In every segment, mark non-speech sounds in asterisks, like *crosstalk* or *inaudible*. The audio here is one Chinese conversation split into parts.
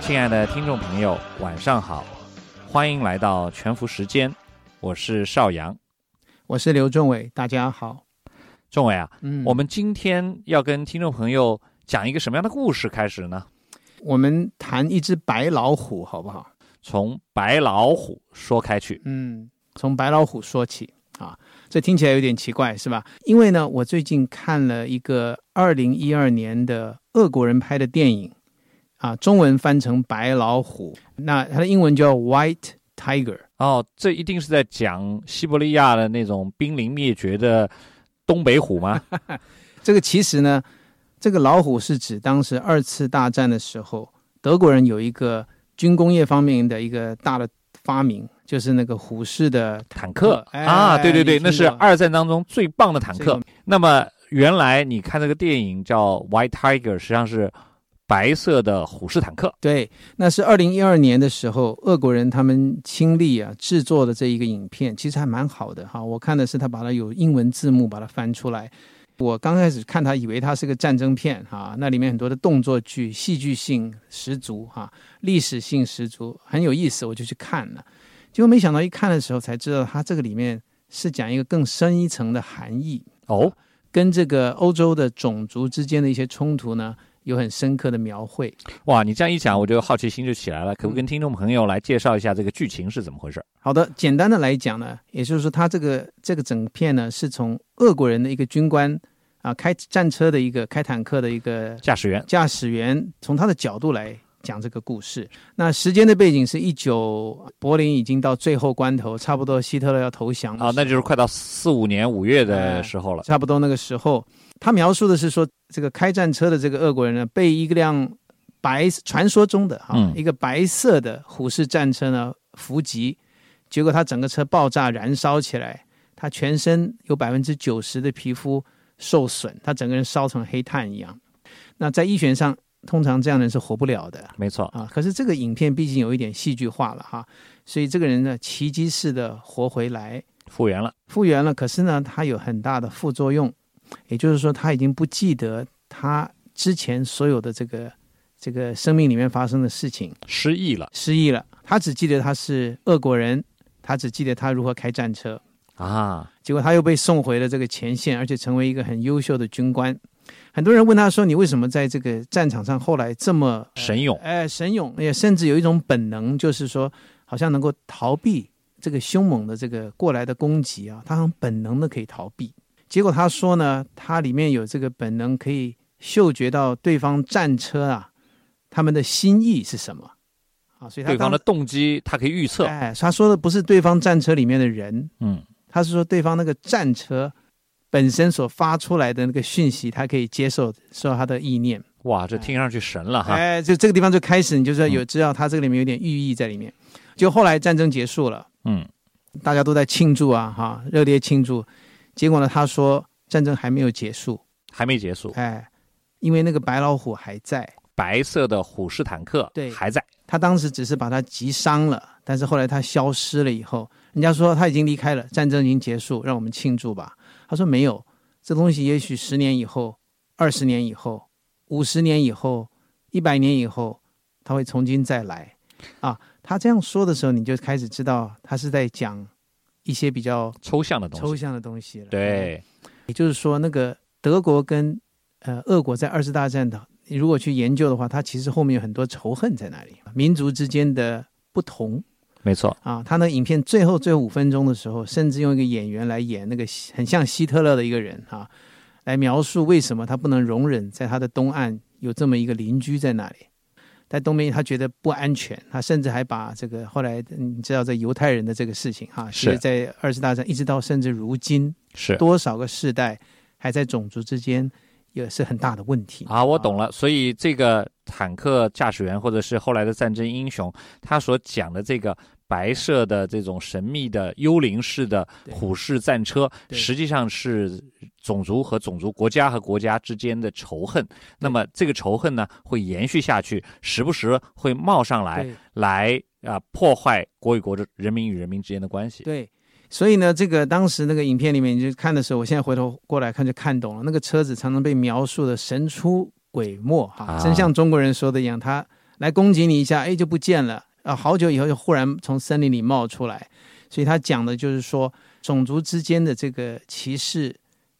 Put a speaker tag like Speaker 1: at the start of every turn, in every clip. Speaker 1: 亲爱的听众朋友，晚上好，欢迎来到全福时间，我是邵阳，
Speaker 2: 我是刘仲伟，大家好。
Speaker 1: 仲伟啊，
Speaker 2: 嗯，
Speaker 1: 我们今天要跟听众朋友讲一个什么样的故事开始呢？
Speaker 2: 我们谈一只白老虎，好不好？
Speaker 1: 从白老虎说开去，
Speaker 2: 嗯，从白老虎说起啊，这听起来有点奇怪，是吧？因为呢，我最近看了一个二零一二年的俄国人拍的电影，啊，中文翻成《白老虎》，那它的英文叫 White Tiger。
Speaker 1: 哦，这一定是在讲西伯利亚的那种濒临灭绝的东北虎
Speaker 2: *laughs*
Speaker 1: 吗？
Speaker 2: 这个其实呢，这个老虎是指当时二次大战的时候，德国人有一个军工业方面的一个大的发明，就是那个虎式的
Speaker 1: 坦克、
Speaker 2: 哎
Speaker 1: 啊，对对对，
Speaker 2: 你听
Speaker 1: 那是
Speaker 2: 过
Speaker 1: 二战当中最棒的坦
Speaker 2: 这
Speaker 1: 克
Speaker 2: 个。
Speaker 1: 那么原来你看这个电影叫《White Tiger》，实际上是白色的虎式坦克。
Speaker 2: 对，那是二零一二年的时候，俄国人他们亲力啊制作的这一个影片，其实还蛮好的哈。我看的是他把它有英文字幕把它翻出来。我刚开始看它，以为它是个战争片哈，那里面很多的动作剧，戏剧性十足哈，历史性十足，很有意思，我就去看了。结果没想到一看的时候才知道，它这个里面是讲一个更深一层的含义，
Speaker 1: 哦，
Speaker 2: 跟这个欧洲的种族之间的一些冲突呢，有很深刻的描绘。
Speaker 1: 哇，你这样一讲，我就好奇心就起来了。可不可
Speaker 2: 嗯
Speaker 1: 以跟听众朋友来介绍一下这个剧情是怎么回事？
Speaker 2: 好的，简单的来讲呢，也就是说，他这个这个整片呢，是从俄国人的一个军官啊，开战车的一个开坦克的一个
Speaker 1: 驾驶员
Speaker 2: 驾驶员，从他的角度来讲这个故事。那时间的背景是一九柏林已经到最后关头，差不多希特勒要投降的
Speaker 1: 啊，
Speaker 2: 时
Speaker 1: 那
Speaker 2: 候
Speaker 1: 就是快到四五年五月
Speaker 2: 哎
Speaker 1: 的时候了。
Speaker 2: 差不多那个时候，他描述的是说，这个开战车的这个俄国人呢，被一辆白传说中的哈、
Speaker 1: 嗯
Speaker 2: 一个白色的虎式战车呢伏击，结果他整个车爆炸燃烧起来，他全身有百分之九十的皮肤受损，他整个人烧成黑炭一样。那在医学上，通常这样的人是活不了的。
Speaker 1: 没错，
Speaker 2: 啊，可是这个影片毕竟有一点戏剧化了哈，所以这个人呢奇迹似的活回来，
Speaker 1: 复原了。
Speaker 2: 复原了，可是呢，它有很大的副作用，也就是说，他已经不记得他之前所有的这个这个生命里面发生的事情，
Speaker 1: 失忆了
Speaker 2: 失忆了，他只记得他是俄国人，他只记得他如何开战车，
Speaker 1: 啊！
Speaker 2: 结果他又被送回了这个前线，而且成为一个很优秀的军官。很多人问他说：“你为什么在这个战场上后来这么
Speaker 1: 神勇
Speaker 2: 哎，神勇，也甚至有一种本能，就是说，好像能够逃避这个凶猛的这个过来的攻击啊，他很本能的可以逃避。结果他说呢，他里面有这个本能，可以嗅觉到对方战车啊，他们的心意是什么啊，所以他
Speaker 1: 对方的
Speaker 2: 当
Speaker 1: 动机，他可以预测。
Speaker 2: 哎，他说的不是对方战车里面的人，
Speaker 1: 嗯，
Speaker 2: 他是说对方那个战车本身所发出来的那个讯息，他可以接受，受他的意念。
Speaker 1: 哇，这听上去神了啊哈。
Speaker 2: 哎，就这个地方就开始，你就是有知道它这个里面有点寓意在里面。就后来战争结束了，
Speaker 1: 嗯，
Speaker 2: 大家都在庆祝啊，哈，热烈庆祝。结果呢，他说战争还没有结束，
Speaker 1: 还没结束，
Speaker 2: 哎，因为那个白老虎还在，
Speaker 1: 白色的虎式坦克
Speaker 2: 对
Speaker 1: 还在。
Speaker 2: 他当时只是把它击伤了，但是后来他消失了以后，人家说他已经离开了，战争已经结束，让我们庆祝吧。他说没有，这东西也许十年以后、二十年以后、五十年以后、一百年以后，他会重新再来。啊，他这样说的时候，你就开始知道他是在讲一些比较
Speaker 1: 抽象的东西。
Speaker 2: 抽象的东西了。，
Speaker 1: 对，
Speaker 2: 也就是说，那个德国跟呃俄国在二次大战的，你如果去研究的话，它其实后面有很多仇恨在那里，民族之间的不同
Speaker 1: 没错，
Speaker 2: 啊。他那影片最后最后五分钟的时候，甚至用一个演员来演那个希很像希特勒的一个人啊，来描述为什么他不能容忍在他的东岸有这么一个邻居在那里。在东边，他觉得不安全，他甚至还把这个后来嗯你知道这犹太人的这个事情哈、
Speaker 1: 是
Speaker 2: 其实在二次大战一直到甚至如今，
Speaker 1: 是
Speaker 2: 多少个世代还在种族之间也是很大的问题
Speaker 1: 啊，我懂了。所以这个坦克驾驶员，或者是后来的战争英雄，他所讲的这个白色的这种神秘的幽灵式的
Speaker 2: 对
Speaker 1: 虎式战车，
Speaker 2: 对
Speaker 1: 实际上是种族和种族、国家和国家之间的仇恨。那么这个仇恨呢，会延续下去，时不时会冒上来，
Speaker 2: 对
Speaker 1: 来啊、破坏国与国之、人民与人民之间的关系。
Speaker 2: 对，所以呢，这个当时那个影片里面，你就看的时候，我现在回头过来看就看懂了。那个车子常常被描述的神出鬼没
Speaker 1: 啊
Speaker 2: 哈，真像中国人说的一样，他来攻击你一下，哎就不见了啊，好久以后就忽然从森林里冒出来。所以他讲的就是说，种族之间的这个歧视，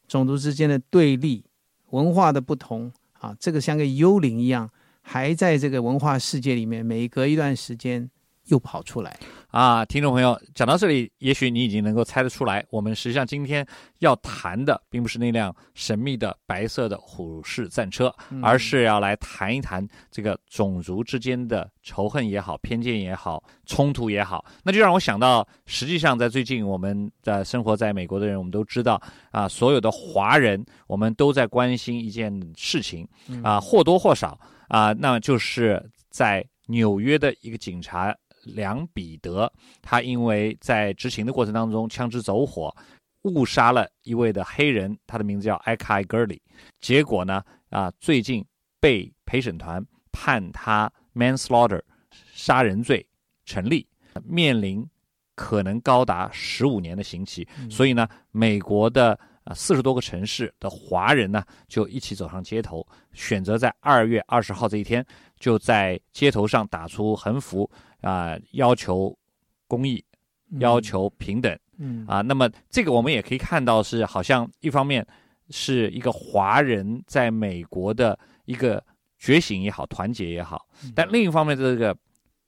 Speaker 2: 种族之间的对立，文化的不同啊，这个像个幽灵一样，还在这个文化世界里面，每隔一段时间又跑出来。
Speaker 1: 啊，听众朋友，讲到这里，也许你已经能够猜得出来，我们实际上今天要谈的并不是那辆神秘的白色的虎式战车，
Speaker 2: 嗯
Speaker 1: 而是要来谈一谈这个种族之间的仇恨也好、偏见也好、冲突也好。那就让我想到，实际上在最近我们的生活在美国的人，我们都知道啊，所有的华人，我们都在关心一件事情
Speaker 2: 嗯
Speaker 1: 啊，或多或少啊，那就是在纽约的一个警察梁彼得，他因为在执勤的过程当中枪支走火，误杀了一位的黑人，他的名字叫艾卡格里。结果呢，啊，最近被陪审团判他 manslaughter 杀人罪成立，面临可能高达十五年的刑期。
Speaker 2: 嗯
Speaker 1: 所以呢，美国的啊四十多个城市的华人呢，就一起走上街头，选择在二月二十号这一天，就在街头上打出横幅啊、要求公益，要求平等。
Speaker 2: 嗯
Speaker 1: 啊，那么这个我们也可以看到是，好像一方面是一个华人在美国的一个觉醒也好，团结也好，但另一方面，这个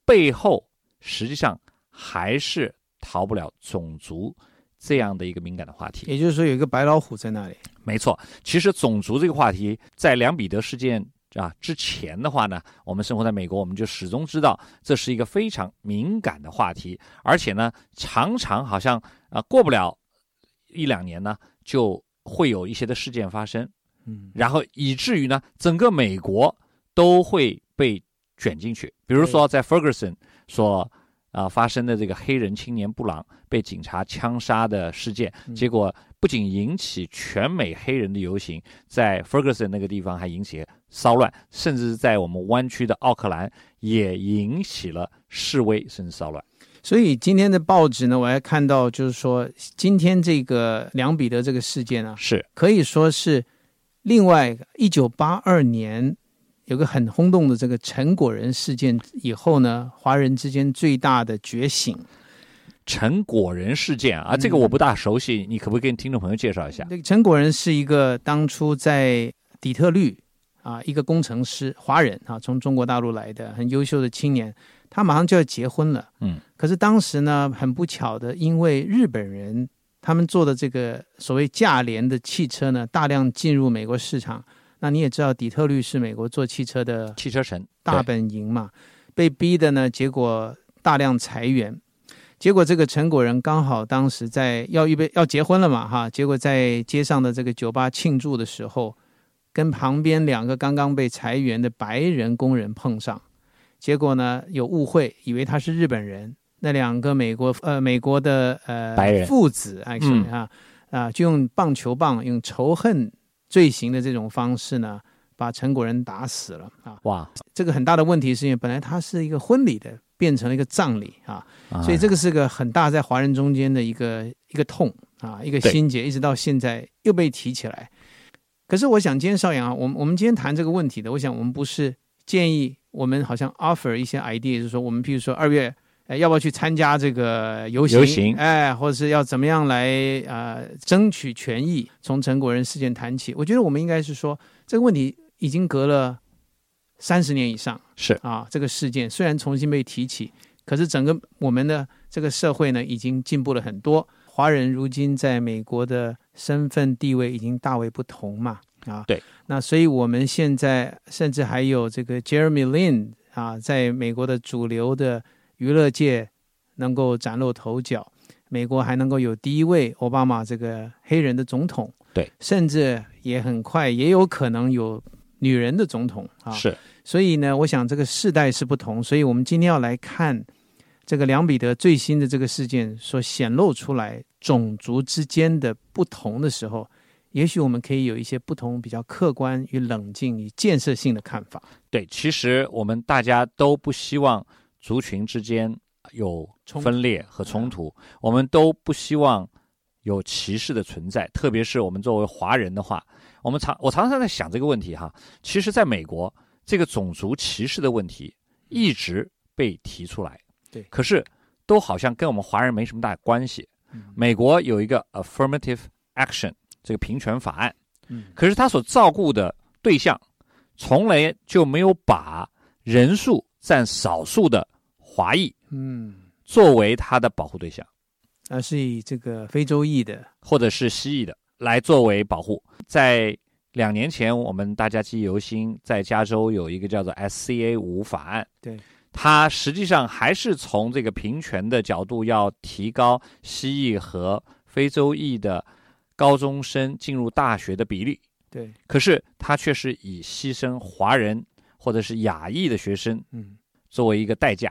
Speaker 1: 背后实际上还是逃不了种族这样的一个敏感的话题。
Speaker 2: 也就是说有一个白老虎在那里。
Speaker 1: 没错，其实种族这个话题，在梁彼得事件啊之前的话呢，我们生活在美国，我们就始终知道这是一个非常敏感的话题，而且呢，常常好像啊、过不了一两年呢，就会有一些的事件发生，
Speaker 2: 嗯
Speaker 1: 然后以至于呢，整个美国都会被卷进去。比如说在 Ferguson 所啊、发生的这个黑人青年布朗被警察枪杀的事件，
Speaker 2: 嗯
Speaker 1: 结果不仅引起全美黑人的游行，在 Ferguson 那个地方还引起骚乱，甚至在我们湾区的奥克兰也引起了示威甚至骚乱。
Speaker 2: 所以今天的报纸呢，我还看到就是说，今天这个梁彼得这个事件啊，
Speaker 1: 是
Speaker 2: 可以说是另外一九八二年有个很轰动的这个陈果仁事件以后呢，华人之间最大的觉醒。
Speaker 1: 陈果仁事件啊，
Speaker 2: 嗯
Speaker 1: 这个我不大熟悉，你可不可以跟听众朋友介绍一下？
Speaker 2: 那个陈果仁是一个当初在底特律啊，一个工程师，华人啊，从中国大陆来的，很优秀的青年。他马上就要结婚了，
Speaker 1: 嗯，
Speaker 2: 可是当时呢，很不巧的，因为日本人他们做的这个所谓价廉的汽车呢，大量进入美国市场。那你也知道，底特律是美国做汽车的
Speaker 1: 汽车城对
Speaker 2: 大本营嘛，被逼的呢，结果大量裁员。结果这个陈果仁刚好当时在要预备要结婚了嘛，哈，结果在街上的这个酒吧庆祝的时候，跟旁边两个刚刚被裁员的白人工人碰上，结果呢有误会，以为他是日本人。那两个美国呃美国的呃
Speaker 1: 白人
Speaker 2: 父子，actually
Speaker 1: 嗯
Speaker 2: 啊啊、就用棒球棒用仇恨罪行的这种方式呢，把陈果仁打死了啊。
Speaker 1: 哇，
Speaker 2: 这个很大的问题是因为本来它是一个婚礼的，变成了一个葬礼啊，
Speaker 1: 啊
Speaker 2: 所以这个是个很大在华人中间的一个一个痛啊，一个
Speaker 1: 对
Speaker 2: 心结，一直到现在又被提起来。可是我想，今天邵阳啊，我们我们今天谈这个问题的，我想我们不是建议我们好像 offer 一些 idea，就是说我们譬如说二月。呃要不要去参加这个游行？
Speaker 1: 游行
Speaker 2: 哎，或者是要怎么样来呃争取权益？从陈果仁事件谈起，我觉得我们应该是说这个问题已经隔了三十年以上，
Speaker 1: 是
Speaker 2: 啊，这个事件虽然重新被提起，可是整个我们的这个社会呢，已经进步了很多。华人如今在美国的身份地位已经大为不同嘛，啊，
Speaker 1: 对，
Speaker 2: 那所以我们现在甚至还有这个 Jeremy Lin 啊，在美国的主流的娱乐界能够崭露头角，美国还能够有第一位奥巴马这个黑人的总统，
Speaker 1: 对，
Speaker 2: 甚至也很快也有可能有女人的总统啊。
Speaker 1: 是
Speaker 2: 所以呢，我想这个世代是不同，所以我们今天要来看这个梁彼得最新的这个事件所显露出来种族之间的不同的时候，也许我们可以有一些不同、比较客观与冷静与建设性的看法。
Speaker 1: 对。其实我们大家都不希望族群之间有
Speaker 2: 冲突嗯
Speaker 1: 分裂和冲突，我们都不希望有歧视的存在，特别是我们作为华人的话，我们常我常常在想这个问题哈。其实，在美国，这个种族歧视的问题一直被提出来，
Speaker 2: 嗯对
Speaker 1: 可是都好像跟我们华人没什么大关系。
Speaker 2: 嗯
Speaker 1: 美国有一个 Affirmative Action 这个平权法案，
Speaker 2: 嗯
Speaker 1: 可是他所照顾的对象，从来就没有把人数占少数的华裔
Speaker 2: 嗯，
Speaker 1: 作为他的保护对象，
Speaker 2: 而是以这个非洲裔的
Speaker 1: 或者是西裔的来作为保护。在两年前，我们大家记忆犹新，在加州有一个叫做 SCA 五法案，
Speaker 2: 对，
Speaker 1: 它实际上还是从这个平权的角度，要提高西裔和非洲裔的高中生进入大学的比例。
Speaker 2: 对，
Speaker 1: 可是他却是以牺牲华人或者是亚裔的学生
Speaker 2: 嗯，
Speaker 1: 作为一个代价。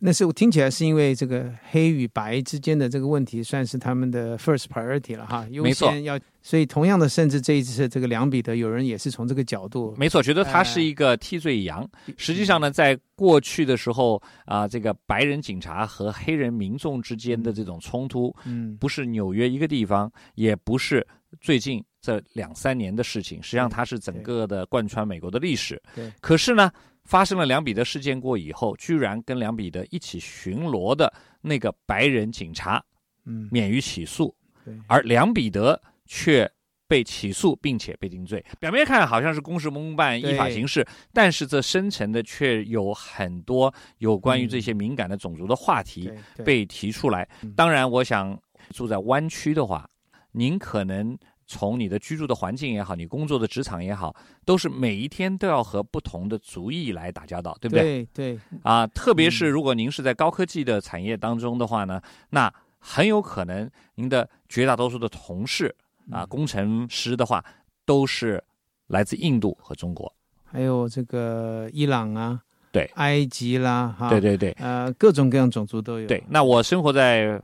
Speaker 2: 那是我听起来是因为这个黑与白之间的这个问题，算是他们的 first priority 了哈，优
Speaker 1: 没错
Speaker 2: 先要。所以同样的，甚至这一次这个梁彼得，有人也是从这个角度，
Speaker 1: 没错，觉得他是一个替罪羊。实际上呢，在过去的时候啊、这个白人警察和黑人民众之间的这种冲突，
Speaker 2: 嗯，
Speaker 1: 不是纽约一个地方，也不是最近这两三年的事情，实际上它是整个的贯穿美国的历史
Speaker 2: 对。
Speaker 1: 可是呢，发生了两彼得事件过以后，居然跟两彼得一起巡逻的那个白人警察
Speaker 2: 嗯，
Speaker 1: 免于起诉
Speaker 2: 对，
Speaker 1: 而梁彼得却被起诉并且被定罪。表面看好像是公事公办、
Speaker 2: 对
Speaker 1: 依法行事，但是这深层的却有很多有关于
Speaker 2: 嗯
Speaker 1: 这些敏感的种族的话题
Speaker 2: 对对
Speaker 1: 被提出来
Speaker 2: 嗯。
Speaker 1: 当然，我想住在湾区的话，您可能。从你的居住的环境也好，你工作的职场也好，都是每一天都要和不同的族裔来打交道，对不对？
Speaker 2: 对对
Speaker 1: 啊，特别是
Speaker 2: 嗯
Speaker 1: 如果您是在高科技的产业当中的话呢，那很有可能您的绝大多数的同事啊，
Speaker 2: 嗯
Speaker 1: 工程师的话，都是来自印度和中国。
Speaker 2: 还有这个伊朗啊，
Speaker 1: 对
Speaker 2: 埃及啦，哈，
Speaker 1: 对，对对
Speaker 2: 呃，各种各样种族都有，
Speaker 1: 啊对，，那我生活在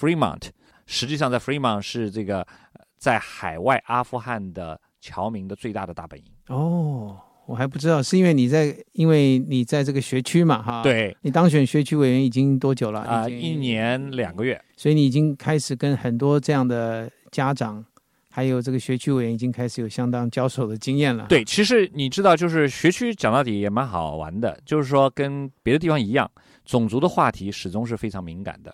Speaker 1: Fremont，实际上在 Fremont 是这个呃在海外阿富汗的侨民的最大的大本营。
Speaker 2: 哦，我还不知道，是因为你在，因为你在这个学区嘛，哈，，
Speaker 1: 对
Speaker 2: 你当选学区委员已经多久了？
Speaker 1: 啊、
Speaker 2: 已经
Speaker 1: 一年两个月。
Speaker 2: 所以你已经开始跟很多这样的家长，还有这个学区委员已经开始有相当交手的经验了。，
Speaker 1: 对，其实你知道，就是学区讲到底也蛮好玩的，就是说跟别的地方一样，种族的话题始终是非常敏感的。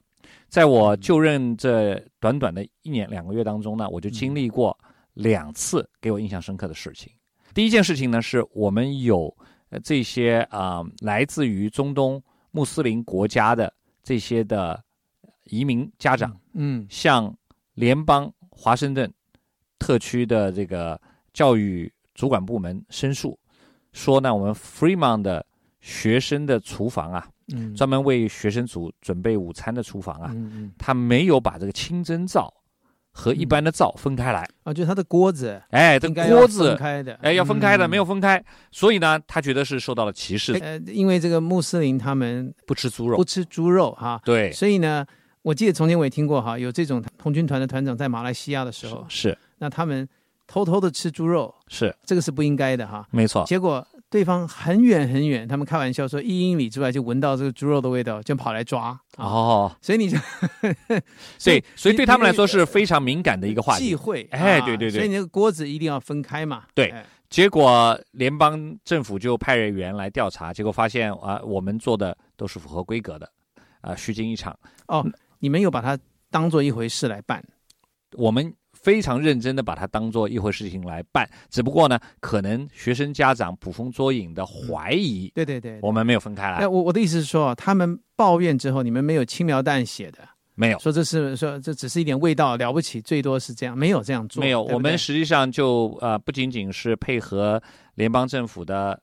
Speaker 1: 在我就任这短短的一年两个月当中呢，我就经历过两次给我印象深刻的事情。第一件事情呢，是我们有呃这些啊、呃来自于中东穆斯林国家的这些的呃移民家长，
Speaker 2: 嗯
Speaker 1: 向联邦华盛顿特区的这个教育主管部门申诉，说呢，我们 Fremont 的学生的厨房啊，
Speaker 2: 嗯，
Speaker 1: 专门为学生组准备午餐的厨房啊，
Speaker 2: 嗯嗯，
Speaker 1: 他没有把这个清真灶和一般的灶分开来，
Speaker 2: 啊，就是他的锅子，
Speaker 1: 哎，这
Speaker 2: 应该要
Speaker 1: 锅
Speaker 2: 分
Speaker 1: 子。
Speaker 2: 开的，
Speaker 1: 哎，要分开的，
Speaker 2: 嗯
Speaker 1: 没有。分开，所以呢，他觉得是受到了歧视，
Speaker 2: 呃，因为这个穆斯林他们
Speaker 1: 不吃猪
Speaker 2: 不
Speaker 1: 肉。
Speaker 2: 吃猪肉哈，
Speaker 1: 对，
Speaker 2: 所以呢，我记得从前我也听过哈，有这种童军团的团长在马来西亚的时候，
Speaker 1: 是
Speaker 2: 那他们偷偷的吃猪肉，
Speaker 1: 是，
Speaker 2: 这个是不应该的哈。
Speaker 1: 没错，
Speaker 2: 结果对方很远很远，他们开玩笑说一英里之外就闻到这个猪肉的味道，就跑来抓。啊。
Speaker 1: 哦，
Speaker 2: 所以你就所以
Speaker 1: *laughs* 对，所以对他们来说
Speaker 2: 因
Speaker 1: 是非常敏感的一个话题
Speaker 2: 忌。讳，
Speaker 1: 哎
Speaker 2: 啊
Speaker 1: 对对对
Speaker 2: 所以你那个锅子一定要分开嘛。
Speaker 1: 对
Speaker 2: 哎，
Speaker 1: 结果联邦政府就派人员来调查，结果发现啊、我们做的都是符合规格的，啊、虚惊一场。
Speaker 2: 你们有把它当做一回事来办，
Speaker 1: 我们非常认真的把它当做一回事情来办，只不过呢，可能学生家长捕风捉影的怀疑，
Speaker 2: 对对对。
Speaker 1: 我们没有分开
Speaker 2: 哎，
Speaker 1: 来，
Speaker 2: 我我的意思是说，他们抱怨之后，你们没有轻描淡写的
Speaker 1: 没有。
Speaker 2: 说这是说这只是一点味道了不起，最多是这样，没有这样做，
Speaker 1: 没有，
Speaker 2: 对不对
Speaker 1: 我们实际上就呃，不仅仅是配合联邦政府的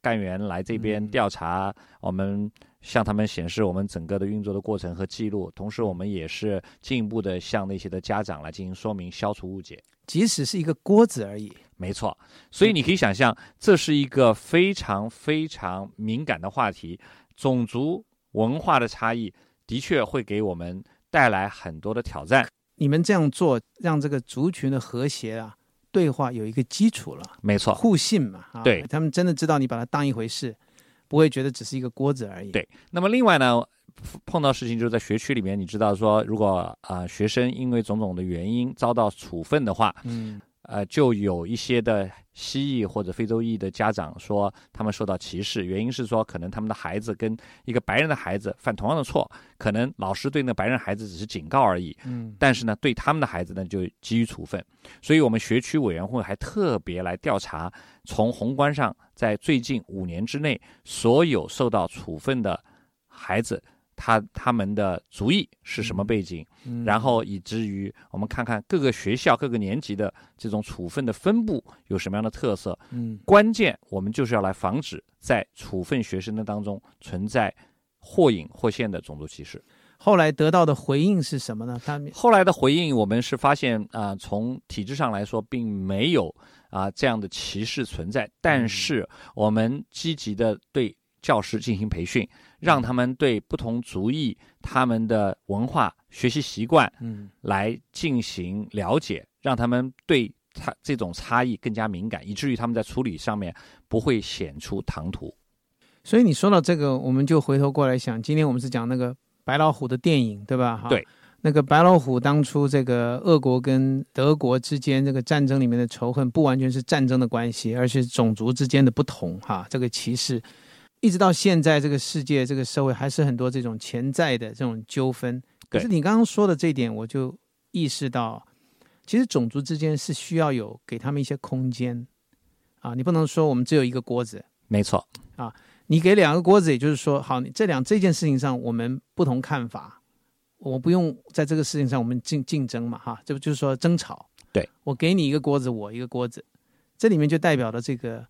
Speaker 1: 干员来这边
Speaker 2: 嗯
Speaker 1: 调查，我们向他们显示我们整个的运作的过程和记录，同时我们也是进一步的向那些的家长来进行说明，消除误解。
Speaker 2: 即使是一个锅子而已。
Speaker 1: 没错，所以你可以想象，这是一个非常非常敏感的话题。种族文化的差异的确会给我们带来很多的挑战。
Speaker 2: 你们这样做，让这个族群的和谐啊，对话有一个基础了，
Speaker 1: 没错，
Speaker 2: 互信嘛。
Speaker 1: 哦
Speaker 2: 啊、
Speaker 1: 对
Speaker 2: 他们真的知道你把它当一回事，不会觉得只是一个锅子而已。
Speaker 1: 对。那么另外呢，碰到事情就是在学区里面，你知道说，如果啊、呃学生因为种种的原因遭到处分的话，
Speaker 2: 嗯，
Speaker 1: 呃，就有一些的西裔或者非洲裔的家长说他们受到歧视，原因是说可能他们的孩子跟一个白人的孩子犯同样的错，可能老师对那白人孩子只是警告而已，
Speaker 2: 嗯，
Speaker 1: 但是呢，对他们的孩子呢就给予处分。所以我们学区委员会还特别来调查，从宏观上，在最近五年之内，所有受到处分的孩子，他他们的族裔是什么背景，
Speaker 2: 嗯
Speaker 1: 然后以至于我们看看各个学校、各个年级的这种处分的分布有什么样的特色。
Speaker 2: 嗯
Speaker 1: 关键我们就是要来防止在处分学生的当中存在或隐或现的种族歧视。
Speaker 2: 后来得到的回应是什么呢？他们
Speaker 1: 后来的回应，我们是发现啊、呃从体制上来说，并没有啊、这样的歧视存在，但是我们积极的对教师进行培训，让他们对不同族裔他们的文化、学习习惯
Speaker 2: 嗯
Speaker 1: 来进行了解，让他们对他这种差异更加敏感，以至于他们在处理上面不会显出唐突。
Speaker 2: 所以你说到这个，我们就回头过来想，今天我们是讲那个白老虎的电影，对吧？哈，
Speaker 1: 对。
Speaker 2: 那个白老虎当初这个俄国跟德国之间这个战争里面的仇恨，不完全是战争的关系，而是种族之间的不同，哈，这个歧视，一直到现在这个世界这个社会还是很多这种潜在的这种纠纷。可
Speaker 1: 对
Speaker 2: 是你刚刚说的这一点，我就意识到，其实种族之间是需要有给他们一些空间，啊，你不能说我们只有一个锅子，
Speaker 1: 没错，
Speaker 2: 你给两个锅子，也就是说，好，你这两这件事情上我们不同看法，我不用在这个事情上我们竞竞争嘛，哈，这不就是说争吵？
Speaker 1: 对，
Speaker 2: 我给你一个锅子，我一个锅子，这里面就代表了这个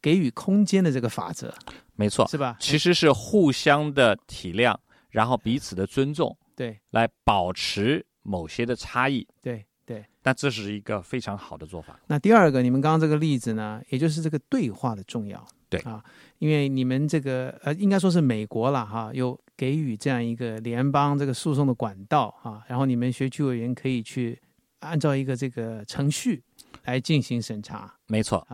Speaker 2: 给予空间的这个法则，
Speaker 1: 没错，
Speaker 2: 是吧？
Speaker 1: 其实是互相的体谅，然后彼此的尊重。
Speaker 2: 对
Speaker 1: 来保持某些的差异，
Speaker 2: 对对。
Speaker 1: 那这是一个非常好的做法。
Speaker 2: 那第二个，你们刚刚这个例子呢，也就是这个对话的重要。
Speaker 1: 对
Speaker 2: 啊，因为你们这个呃，应该说是美国了哈，有给予这样一个联邦这个诉讼的管道啊，然后你们学区委员可以去按照一个这个程序来进行审查。
Speaker 1: 没错，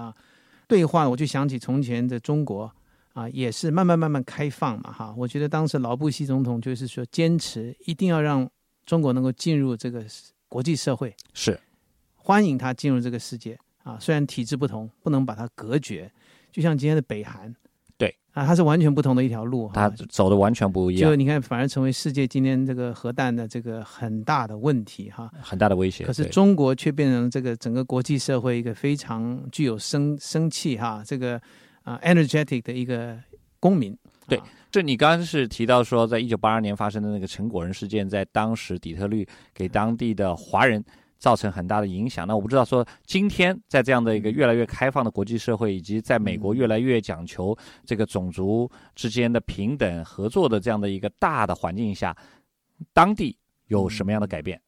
Speaker 2: 对话，我就想起从前的中国啊，也是慢慢慢慢开放嘛哈。我觉得当时老布希总统就是说，坚持一定要让中国能够进入这个国际社会，
Speaker 1: 是
Speaker 2: 欢迎他进入这个世界啊。虽然体制不同，不能把它隔绝，就像今天的北韩，
Speaker 1: 对
Speaker 2: 啊，它是完全不同的一条路哈。
Speaker 1: 他走的完全不一
Speaker 2: 就
Speaker 1: 样，
Speaker 2: 你看，反而成为世界今天这个核弹的这个很大的问题哈。
Speaker 1: 很大的威胁。
Speaker 2: 可是
Speaker 1: 对
Speaker 2: 中国却变成这个整个国际社会一个非常具有生生气哈，这个啊、呃 energetic 的一个公民。
Speaker 1: 对
Speaker 2: 啊
Speaker 1: 这你刚刚是提到说，在一九八二年发生的那个陈果仁事件，在当时底特律给当地的华人造成很大的影响。那我不知道说，今天在这样的一个越来越开放的国际社会，以及在美国越来越讲求这个种族之间的平等合作的这样的一个大的环境下，当地有什么样的改变？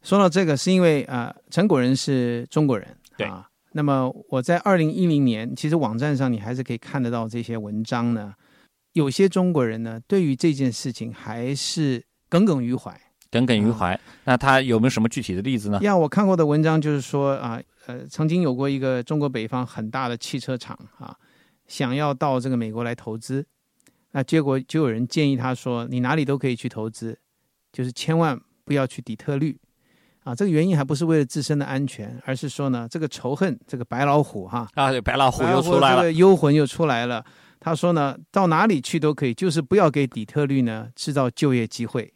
Speaker 2: 说到这个，是因为啊、呃陈果仁是中国人，
Speaker 1: 对
Speaker 2: 啊。那么我在二零一零年，其实网站上你还是可以看得到这些文章呢。有些中国人呢，对于这件事情还是耿耿于怀。
Speaker 1: 耿耿
Speaker 2: 嗯
Speaker 1: 于怀。那他有没有什么具体的例 *laughs* 子呢？
Speaker 2: 呀，我看过的文章就是说啊，呃，曾经有过一个中国北方很大的汽车厂啊，想要到这个美国来投资，那结果就有人建议他说，你哪里都可以去投资，就是千万不要去底特律。啊，这个原因还不是为了自身的安全，而是说呢，这个仇恨，这个白老虎哈，
Speaker 1: 啊，对白老虎
Speaker 2: 白
Speaker 1: 又
Speaker 2: 老
Speaker 1: 出来
Speaker 2: 这
Speaker 1: 了。
Speaker 2: 个幽魂又出来了。他说呢，到哪里去都可以，就是不要给底特律呢制造就业机会。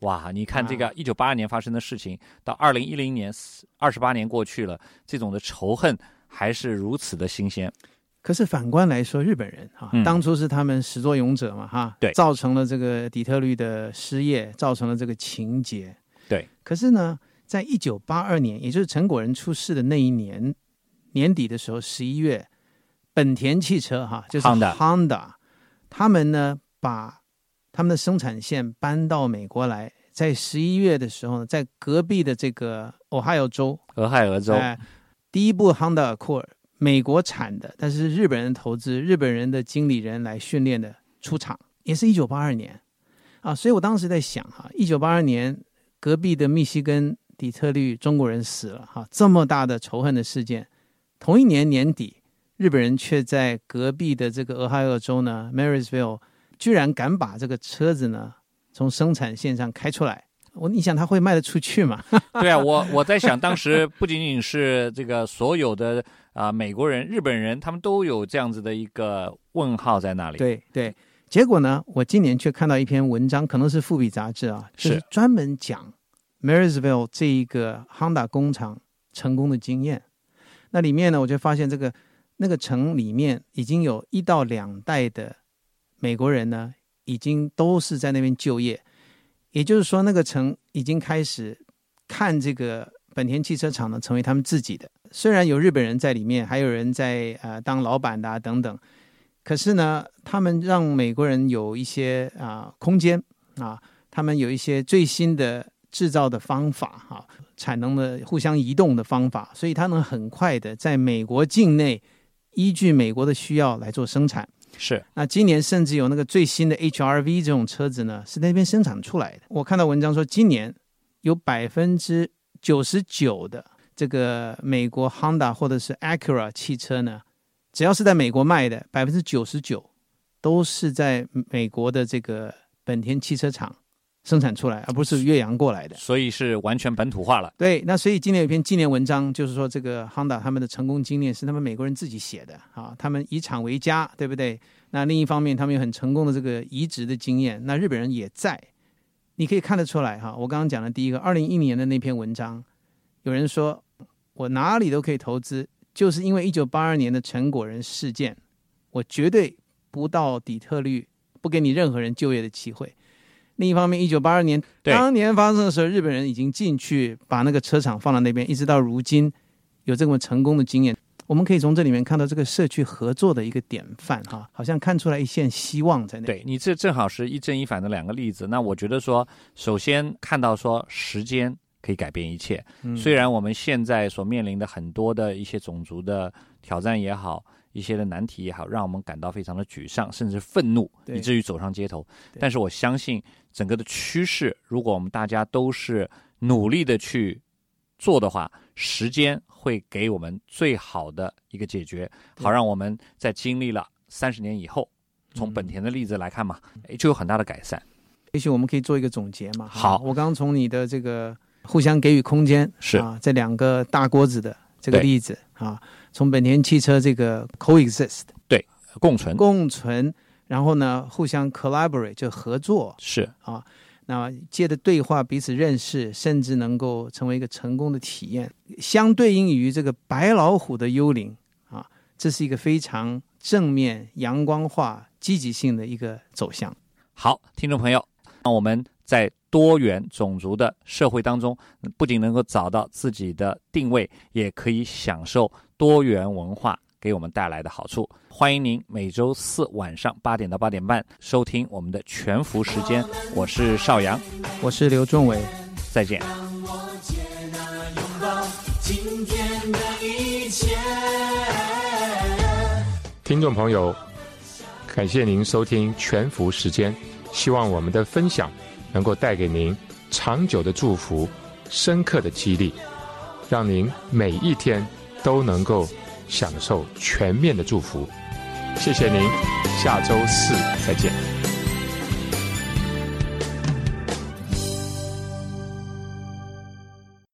Speaker 1: 哇，你看这个
Speaker 2: 啊
Speaker 1: 一九八二年发生的事情，到二零一零年，二十八年过去了，这种的仇恨还是如此的新鲜。
Speaker 2: 可是反观来说，日本人啊，
Speaker 1: 嗯
Speaker 2: 当初是他们始作俑者嘛，哈，
Speaker 1: 对
Speaker 2: 造成了这个底特律的失业，造成了这个情节，
Speaker 1: 对。
Speaker 2: 可是呢，在一九八二年，也就是陈果仁出事的那一年年底的时候，十一月，本田汽车哈，就是
Speaker 1: Honda
Speaker 2: Honda，他们呢把他们的生产线搬到美国来，在十一月的时候呢，在隔壁的这个俄亥俄州，
Speaker 1: 俄亥俄州，
Speaker 2: 哎，第一部 Honda Accord 美国产的，但是日本人投资，日本人的经理人来训练的出厂，也是一九八二年啊，所以我当时在想哈，一九八二年隔壁的密西根底特律中国人死了哈、这么大的仇恨的事件，同一年年底，日本人却在隔壁的这个俄亥俄州呢 Marysville 居然敢把这个车子呢从生产线上开出来，我你想他会卖得出去吗？
Speaker 1: 对啊，我我在想，当时不仅仅是这个所有的啊、美国人、日本人，他们都有这样子的一个问号在那里。，
Speaker 2: 对对，结果呢，我今年却看到一篇文章，可能是《富比》杂志啊，就是是专门讲 Marysville 这一个 Honda 工厂成功的经验。那里面呢，我就发现这个那个城里面已经有一到两代的美国人呢，已经都是在那边就业，也就是说，那个城已经开始看这个本田汽车厂呢成为他们自己的。虽然有日本人在里面，还有人在呃当老板的、啊、等等，可是呢，他们让美国人有一些啊、空间啊，他们有一些最新的制造的方法哈、产能的互相移动的方法，所以它能很快的在美国境内依据美国的需要来做生产。
Speaker 1: 是
Speaker 2: 那今年甚至有那个最新的 HRV 这种车子呢，是那边生产出来的。我看到文章说，今年有百分之九十九的这个美国 Honda 或者是 Acura 汽车呢，只要是在美国卖的，百分之九十九都是在美国的这个本田汽车厂生产出来，而不是越洋过来的。
Speaker 1: 所以是完全本土化了。
Speaker 2: 对，那所以今年有一篇纪念文章，就是说这个 Honda 他们的成功经验是他们美国人自己写的啊，他们以厂为家，对不对？那另一方面，他们有很成功的这个移植的经验，那日本人也在，你可以看得出来哈、我刚刚讲的第一个，二零一年的那篇文章，有人说我哪里都可以投资，就是因为一九八二年的陈果仁事件，我绝对不到底特律，不给你任何人就业的机会。另一方面，一九八二年
Speaker 1: 对
Speaker 2: 当年发生的时候，日本人已经进去把那个车厂放到那边，一直到如今有这么成功的经验。我们可以从这里面看到这个社区合作的一个典范哈，好像看出来一线希望在那。，
Speaker 1: 对你这正好是一正一反的两个例子。那我觉得说，首先看到说时间可以改变一切，
Speaker 2: 嗯
Speaker 1: 虽然我们现在所面临的很多的一些种族的挑战也好，一些的难题也好，让我们感到非常的沮丧，甚至愤怒，
Speaker 2: 对
Speaker 1: 以至于走上街头。
Speaker 2: 对
Speaker 1: 但是我相信整个的趋势，如果我们大家都是努力的去做的话，时间会给我们最好的一个解决，
Speaker 2: 对
Speaker 1: 好让我们在经历了三十年以后，从本田的例子来看嘛，诶就有很大的改善。
Speaker 2: 也许我们可以做一个总结嘛。
Speaker 1: 好
Speaker 2: 啊我刚从你的这个互相给予空间
Speaker 1: 是
Speaker 2: 啊，这两个大锅子的这个
Speaker 1: 对
Speaker 2: 例子啊，从本田汽车这个 coexist
Speaker 1: 嗯共存
Speaker 2: 共存，然后呢互相 collaborate 就合作，
Speaker 1: 是
Speaker 2: 那借着对话彼此认识，甚至能够成为一个成功的体验。相对应于这个白老虎的幽灵啊，这是一个非常正面、阳光化、积极性的一个走向。
Speaker 1: 好，听众朋友，让我们在多元种族的社会当中，不仅能够找到自己的定位，也可以享受多元文化给我们带来的好处。欢迎您每周四晚上八点到八点半收听我们的全服时间，我是邵阳，
Speaker 2: 我是刘仲伟。
Speaker 1: 再见。
Speaker 3: 听众朋友，感谢您收听全福时间，希望我们的分享能够带给您长久的祝福、深刻的激励，让您每一天都能够享受全面的祝福。谢谢您，下周四再见。